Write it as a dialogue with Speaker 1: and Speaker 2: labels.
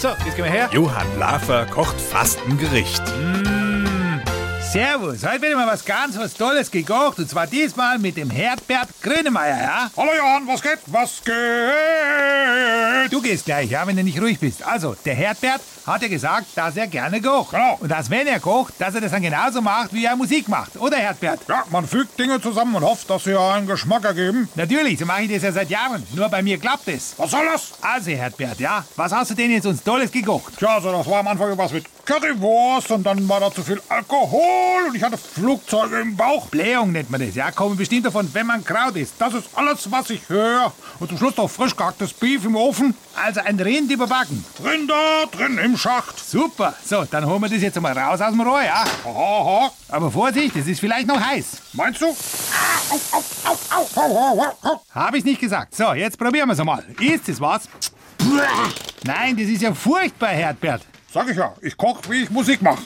Speaker 1: So, jetzt gehen wir her.
Speaker 2: Johann Lafer kocht Fastengericht.
Speaker 1: Servus, heute wird mal was ganz was Tolles gekocht. Und zwar diesmal mit dem Herbert Grönemeyer, ja?
Speaker 2: Hallo Johann, was geht? Was geht?
Speaker 1: Du gehst gleich, ja, wenn du nicht ruhig bist. Also, der Herbert hat ja gesagt, dass er gerne kocht.
Speaker 2: Genau.
Speaker 1: Und dass, wenn er kocht, dass er das dann genauso macht, wie er Musik macht. Oder, Herbert?
Speaker 2: Ja, man fügt Dinge zusammen und hofft, dass sie einen Geschmack ergeben.
Speaker 1: Natürlich, so mache ich das ja seit Jahren. Nur bei mir klappt es.
Speaker 2: Was soll das?
Speaker 1: Also, Herbert, ja, was hast du denn jetzt uns Tolles gekocht?
Speaker 2: Tja, also das war am Anfang was mit Currywurst und dann war da zu viel Alkohol und ich hatte Flugzeuge im Bauch.
Speaker 1: Blähung nennt man das, ja? Kommen bestimmt davon, wenn man Kraut isst.
Speaker 2: Das ist alles, was ich höre. Und zum Schluss noch frisch gehacktes Beef im Ofen.
Speaker 1: Also ein Rind überbacken.
Speaker 2: Drin da, drin im Schacht.
Speaker 1: Super. So, dann holen wir das jetzt mal raus aus dem Rohr, ja?
Speaker 2: Aha, aha.
Speaker 1: Aber Vorsicht, es ist vielleicht noch heiß.
Speaker 2: Meinst du? Ah, au, au, au, au, au, au, au, au.
Speaker 1: Habe ich nicht gesagt. So, jetzt probieren wir es mal. Ist es was? Nein, das ist ja furchtbar, Herbert.
Speaker 2: Sag ich ja, ich koch, wie ich Musik mache.